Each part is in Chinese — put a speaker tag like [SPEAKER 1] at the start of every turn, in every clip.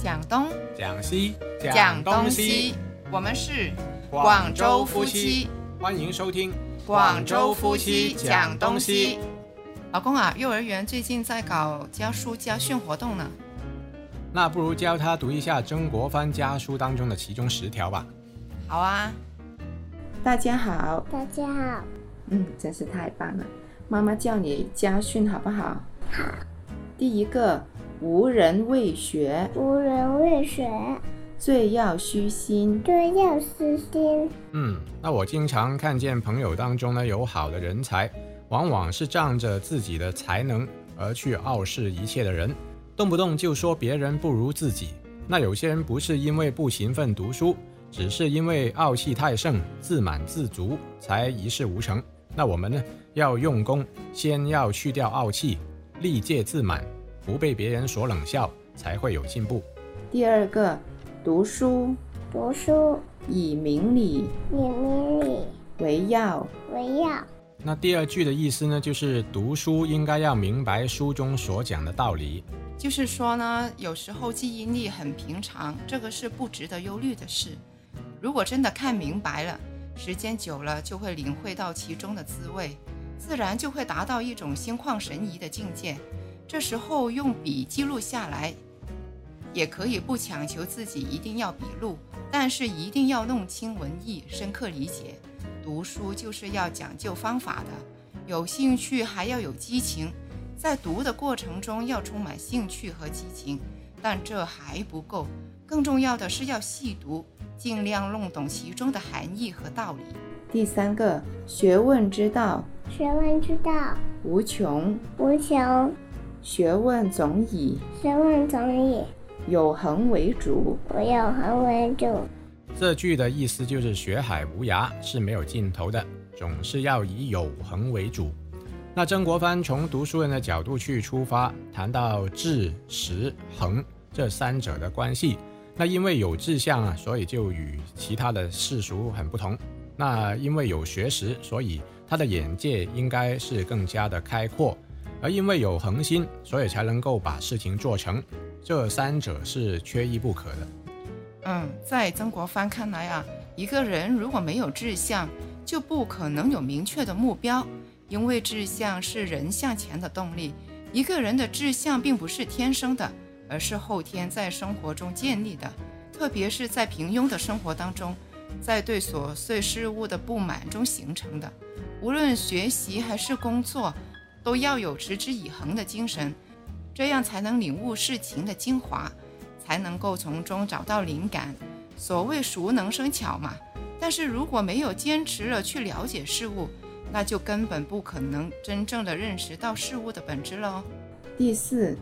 [SPEAKER 1] 讲东
[SPEAKER 2] 讲西
[SPEAKER 1] 讲东西，我们是
[SPEAKER 2] 广州夫妻，欢迎收听
[SPEAKER 1] 广州夫妻讲东西。老公啊，幼儿园最近在搞教书教训活动呢，
[SPEAKER 2] 那不如教他读一下曾国藩家书当中的其中十条吧。
[SPEAKER 1] 好啊，
[SPEAKER 3] 大家好，
[SPEAKER 4] 大家好，
[SPEAKER 3] 嗯，真是太棒了，妈妈叫你家训好不好？
[SPEAKER 4] 好，
[SPEAKER 3] 第一个，无人为学，
[SPEAKER 4] 无人为学，
[SPEAKER 3] 最要虚心。
[SPEAKER 4] 对要私心，
[SPEAKER 2] 嗯，那我经常看见朋友当中呢有好的人才，往往是仗着自己的才能而去傲视一切的人，动不动就说别人不如自己。那有些人不是因为不勤奋读书，只是因为傲气太盛、自满自足，才一事无成。那我们呢，要用功，先要去掉傲气，历届自满，不被别人所冷笑，才会有进步。
[SPEAKER 3] 第二个，读书
[SPEAKER 4] 读书
[SPEAKER 3] 以明理
[SPEAKER 4] 以明理
[SPEAKER 3] 为要，
[SPEAKER 4] 为要，
[SPEAKER 2] 那第二句的意思呢，就是读书应该要明白书中所讲的道理。
[SPEAKER 1] 就是说呢，有时候记忆力很平常，这个是不值得忧虑的事。如果真的看明白了，时间久了就会领会到其中的滋味，自然就会达到一种心旷神怡的境界。这时候用笔记录下来，也可以不强求自己一定要笔录，但是一定要弄清文意，深刻理解。读书就是要讲究方法的，有兴趣还要有激情，在读的过程中要充满兴趣和激情，但这还不够，更重要的是要细读，尽量弄懂其中的含义和道理。
[SPEAKER 3] 第三个，学问之道
[SPEAKER 4] 学问之道
[SPEAKER 3] 无穷，
[SPEAKER 4] 无穷，
[SPEAKER 3] 学问总以
[SPEAKER 4] 学问总以
[SPEAKER 3] 有恒为主。
[SPEAKER 4] 无有恒为主，
[SPEAKER 2] 这句的意思就是学海无涯是没有尽头的，总是要以有恒为主。那曾国藩从读书人的角度去出发，谈到志、实、恒这三者的关系。那因为有志向啊，所以就与其他的世俗很不同。那因为有学识，所以他的眼界应该是更加的开阔，而因为有恒心，所以才能够把事情做成。这三者是缺一不可的。
[SPEAKER 1] 嗯，在曾国藩看来啊，一个人如果没有志向，就不可能有明确的目标，因为志向是人向前的动力。一个人的志向并不是天生的，而是后天在生活中建立的，特别是在平庸的生活当中，在对琐碎事物的不满中形成的。无论学习还是工作，都要有持之以恒的精神，这样才能领悟事情的精华。才能够从中找到灵感。所谓熟能生巧嘛，但是如果没有坚持了去了解事物，那就根本不可能真正的认识到事物的本质了哦。
[SPEAKER 3] 第四，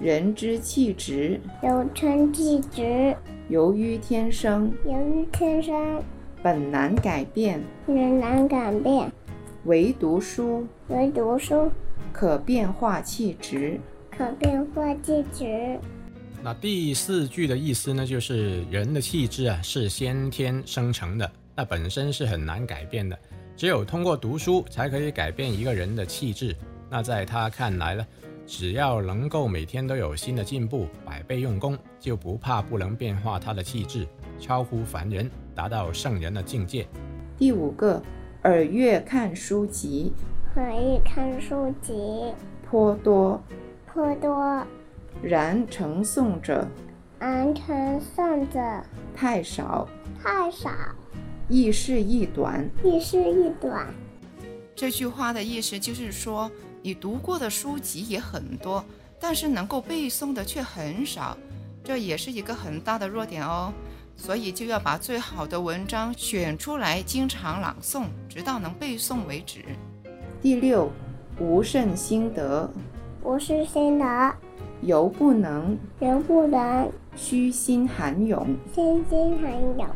[SPEAKER 3] 人之气质
[SPEAKER 4] 有成绩直，
[SPEAKER 3] 由于天生，
[SPEAKER 4] 由于天生，
[SPEAKER 3] 本难改变，
[SPEAKER 4] 人难改变，
[SPEAKER 3] 唯读书
[SPEAKER 4] 唯读书
[SPEAKER 3] 可变化气质。
[SPEAKER 4] 可变化即直，
[SPEAKER 2] 那第四句的意思呢，就是人的气质啊是先天生成的，那本身是很难改变的，只有通过读书才可以改变一个人的气质。那在他看来呢，只要能够每天都有新的进步，百倍用功，就不怕不能变化他的气质，超乎凡人，达到圣人的境界。
[SPEAKER 3] 第五个，耳阅看书籍
[SPEAKER 4] 可以看书籍，
[SPEAKER 3] 颇多，
[SPEAKER 4] 颇多，
[SPEAKER 3] 然呈诵者
[SPEAKER 4] 安成诵者
[SPEAKER 3] 太少，
[SPEAKER 4] 太少，
[SPEAKER 3] 亦是亦短。
[SPEAKER 4] 一诗一短，
[SPEAKER 1] 这句话的意思就是说，你读过的书籍也很多，但是能够背诵的却很少，这也是一个很大的弱点哦。所以就要把最好的文章选出来，经常朗诵，直到能背诵为止。
[SPEAKER 3] 第六，无甚心得，
[SPEAKER 4] 无事心得，
[SPEAKER 3] 犹不能
[SPEAKER 4] 人不能
[SPEAKER 3] 虚心涵咏，
[SPEAKER 4] 心心很有。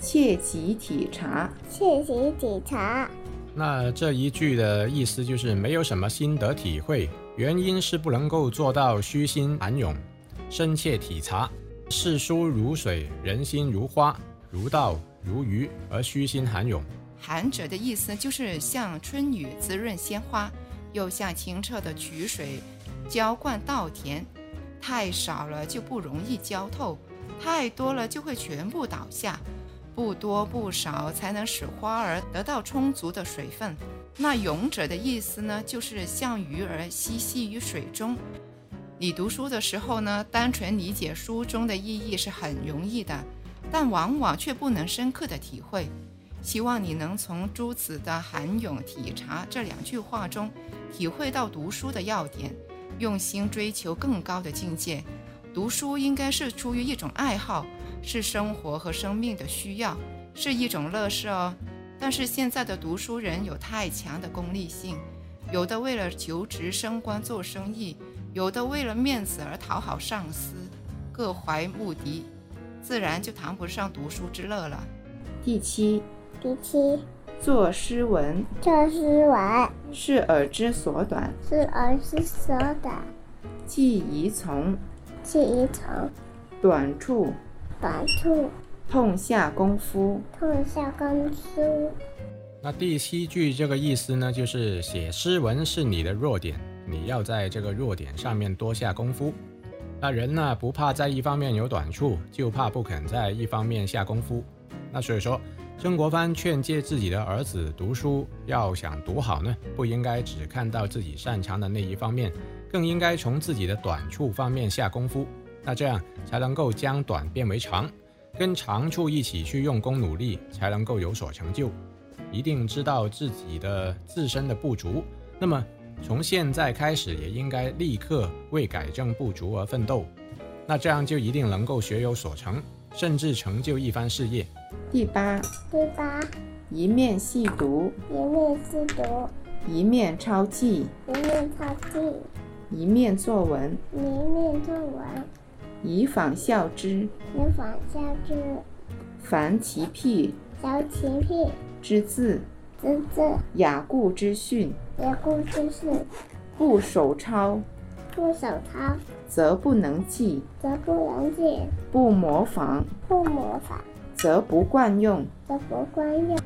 [SPEAKER 3] 切己体察。
[SPEAKER 4] 切习体察，
[SPEAKER 2] 那这一句的意思就是没有什么心得体会，原因是不能够做到虚心涵咏、深切体察。世书如水，人心如花，如道如鱼，而虚心涵咏。
[SPEAKER 1] 寒者的意思就是像春雨滋润鲜花，又像清澈的渠水浇灌稻田。太少了就不容易浇透，太多了就会全部倒下。不多不少才能使花儿得到充足的水分。那勇者的意思呢，就是像鱼儿嬉戏于水中。你读书的时候呢，单纯理解书中的意义是很容易的，但往往却不能深刻的体会。希望你能从朱子的“涵泳体察”这两句话中，体会到读书的要点，用心追求更高的境界。读书应该是出于一种爱好，是生活和生命的需要，是一种乐事哦。但是现在的读书人有太强的功利性，有的为了求职升官做生意，有的为了面子而讨好上司，各怀目的，自然就谈不上读书之乐了。
[SPEAKER 3] 第七，
[SPEAKER 4] 第七，
[SPEAKER 1] 作诗文
[SPEAKER 4] 这诗文
[SPEAKER 1] 是尔之所短，
[SPEAKER 4] 是儿子所的
[SPEAKER 1] 既宜从
[SPEAKER 4] 是一层
[SPEAKER 1] 短处
[SPEAKER 4] 短处，
[SPEAKER 1] 痛下功夫。
[SPEAKER 4] 痛下功夫。
[SPEAKER 2] 那第七句这个意思呢，就是写诗文是你的弱点，你要在这个弱点上面多下功夫。那人呢，不怕在一方面有短处，就怕不肯在一方面下功夫。那所以说，曾国藩劝诫自己的儿子读书，要想读好呢，不应该只看到自己擅长的那一方面，更应该从自己的短处方面下功夫。那这样才能够将短变为长，跟长处一起去用功努力，才能够有所成就。一定知道自己的自身的不足，那么从现在开始也应该立刻为改正不足而奋斗，那这样就一定能够学有所成，甚至成就一番事业。
[SPEAKER 3] 第八，
[SPEAKER 4] 第八，
[SPEAKER 3] 一面细读，
[SPEAKER 4] 一面是读，
[SPEAKER 3] 一面抄记，
[SPEAKER 4] 一面抄记，
[SPEAKER 3] 一面作文，
[SPEAKER 4] 一面作文，
[SPEAKER 3] 以仿效之，
[SPEAKER 4] 以仿效之。
[SPEAKER 3] 凡其辟
[SPEAKER 4] 小奇癖，
[SPEAKER 3] 之字，
[SPEAKER 4] 之字，
[SPEAKER 3] 雅固之训，
[SPEAKER 4] 也故知识，
[SPEAKER 3] 不手抄，
[SPEAKER 4] 不手抄，
[SPEAKER 3] 则不能记；
[SPEAKER 4] 则不能记，
[SPEAKER 3] 不模仿，
[SPEAKER 4] 不模仿，
[SPEAKER 3] 则不惯用。
[SPEAKER 4] 则不惯用。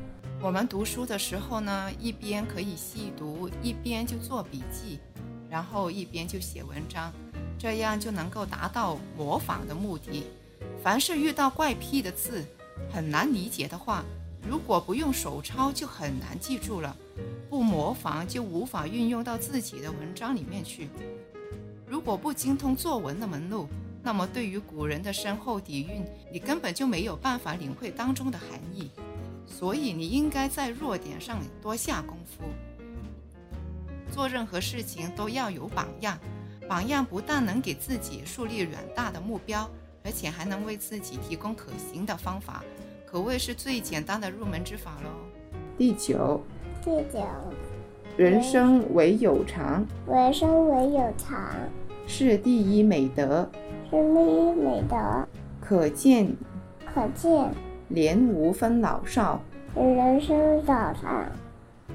[SPEAKER 1] 我们读书的时候呢，一边可以细读，一边就做笔记，然后一边就写文章，这样就能够达到模仿的目的。凡是遇到怪癖的字，很难理解的话，如果不用手抄，就很难记住了；不模仿，就无法运用到自己的文章里面去。如果不精通作文的门路，那么对于古人的深厚底蕴，你根本就没有办法领会当中的含义。所以你应该在弱点上多下功夫。做任何事情都要有榜样，榜样不但能给自己树立远大的目标，而且还能为自己提供可行的方法，可谓是最简单的入门之法喽。
[SPEAKER 3] 第九，
[SPEAKER 4] 第九，
[SPEAKER 3] 人生唯有常，
[SPEAKER 4] 为生为有常，
[SPEAKER 3] 是第一美德。
[SPEAKER 4] 是第一美德。
[SPEAKER 3] 可见
[SPEAKER 4] 可见，
[SPEAKER 3] 廉无分老少，
[SPEAKER 4] 人生早上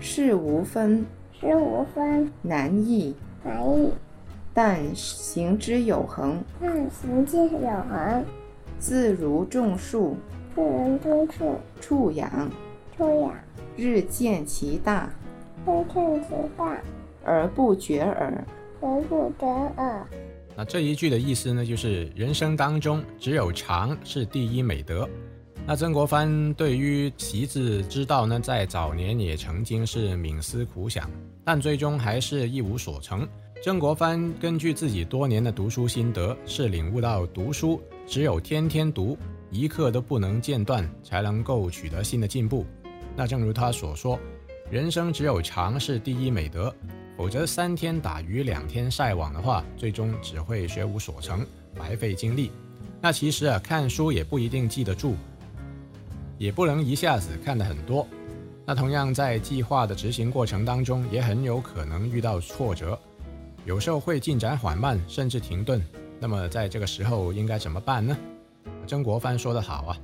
[SPEAKER 3] 事无分
[SPEAKER 4] 是无分
[SPEAKER 3] 难易，
[SPEAKER 4] 难易，
[SPEAKER 3] 但行之有恒，
[SPEAKER 4] 但行之有恒，
[SPEAKER 3] 自如种树，
[SPEAKER 4] 不能督促
[SPEAKER 3] 畜养，
[SPEAKER 4] 出养，
[SPEAKER 3] 日见其大
[SPEAKER 4] 会趁其大，
[SPEAKER 3] 而不觉耳。
[SPEAKER 4] 人不得耳。
[SPEAKER 2] 那这一句的意思呢，就是人生当中只有长是第一美德。那曾国藩对于习字之道呢，在早年也曾经是冥思苦想，但最终还是一无所成。曾国藩根据自己多年的读书心得，是领悟到读书只有天天读，一刻都不能间断，才能够取得新的进步。那正如他所说，人生只有长是第一美德，否则三天打鱼两天晒网的话，最终只会学无所成，白费精力。那其实啊，看书也不一定记得住，也不能一下子看得很多。那同样在计划的执行过程当中，也很有可能遇到挫折，有时候会进展缓慢，甚至停顿。那么在这个时候应该怎么办呢？曾国藩说得好啊，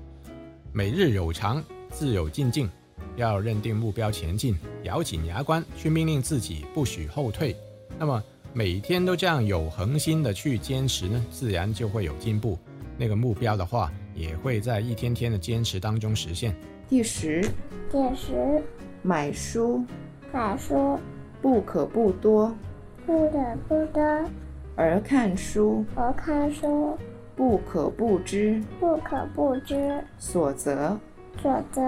[SPEAKER 2] 每日有常，自有进进。要认定目标前进，咬紧牙关去命令自己不许后退。那么每天都这样有恒心的去坚持呢，自然就会有进步。那个目标的话，也会在一天天的坚持当中实现。
[SPEAKER 3] 第十，
[SPEAKER 4] 第十，
[SPEAKER 3] 买书
[SPEAKER 4] 买书
[SPEAKER 3] 不可不多，
[SPEAKER 4] 不得不得，
[SPEAKER 3] 而看书，
[SPEAKER 4] 而看书，
[SPEAKER 3] 不可不知
[SPEAKER 4] 不可不知
[SPEAKER 3] 所则。
[SPEAKER 4] 所则。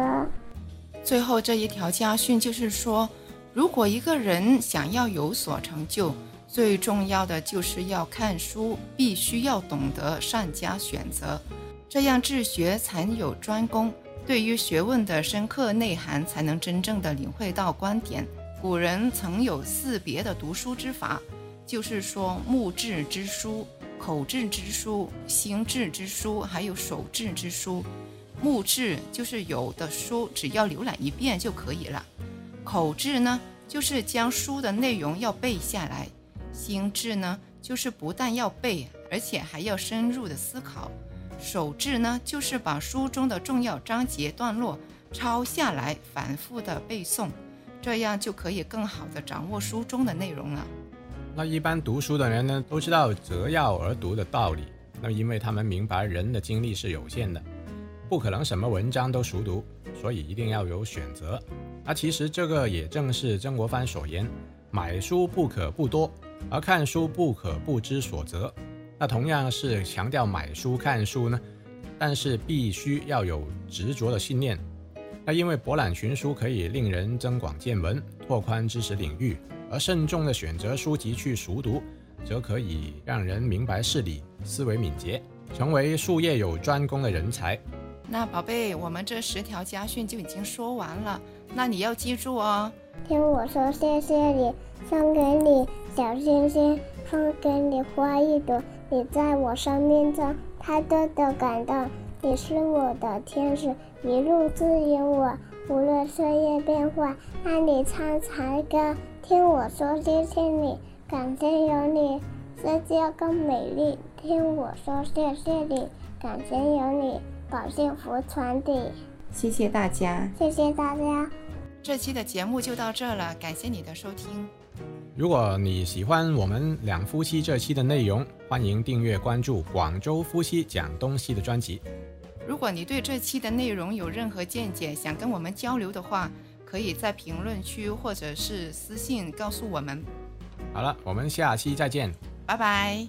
[SPEAKER 1] 最后这一条家训就是说，如果一个人想要有所成就，最重要的就是要看书，必须要懂得善加选择，这样治学才有专攻，对于学问的深刻内涵才能真正的领会到观点。古人曾有四别的读书之法，就是说目治之书、口治之书、心治之书，还有手治之书。目治就是有的书只要浏览一遍就可以了，口治呢就是将书的内容要背下来，心智呢就是不但要背，而且还要深入的思考，手治呢就是把书中的重要章节段落抄下来，反复的背诵，这样就可以更好的掌握书中的内容了。
[SPEAKER 2] 那一般读书的人呢，都知道择要而读的道理。那因为他们明白人的精力是有限的，不可能什么文章都熟读，所以一定要有选择。那其实这个也正是曾国藩所言：“买书不可不多，而看书不可不知所择。”那同样是强调买书看书呢，但是必须要有执着的信念。那因为博览群书可以令人增广见闻，拓宽知识领域，而慎重的选择书籍去熟读，则可以让人明白事理，思维敏捷，成为术业有专攻的人才。
[SPEAKER 1] 那宝贝，我们这十条家训就已经说完了，那你要记住哦。
[SPEAKER 4] 听我说，谢谢你，送给你小星星，送给你花一朵。你在我生命中太多的感动，你是我的天使，一路指引我。无论岁月变化，爱你唱才歌。听我说，谢谢你，感谢有你，世界更美丽。听我说，谢谢你，感谢有你，把幸福传递。
[SPEAKER 3] 谢谢大家，
[SPEAKER 4] 谢谢大家。
[SPEAKER 1] 这期的节目就到这了，感谢你的收听。
[SPEAKER 2] 如果你喜欢我们两夫妻这期的内容，欢迎订阅关注“广州夫妻讲东西”的专辑。
[SPEAKER 1] 如果你对这期的内容有任何见解，想跟我们交流的话，可以在评论区或者是私信告诉我们。
[SPEAKER 2] 好了，我们下期再见。
[SPEAKER 1] 拜拜。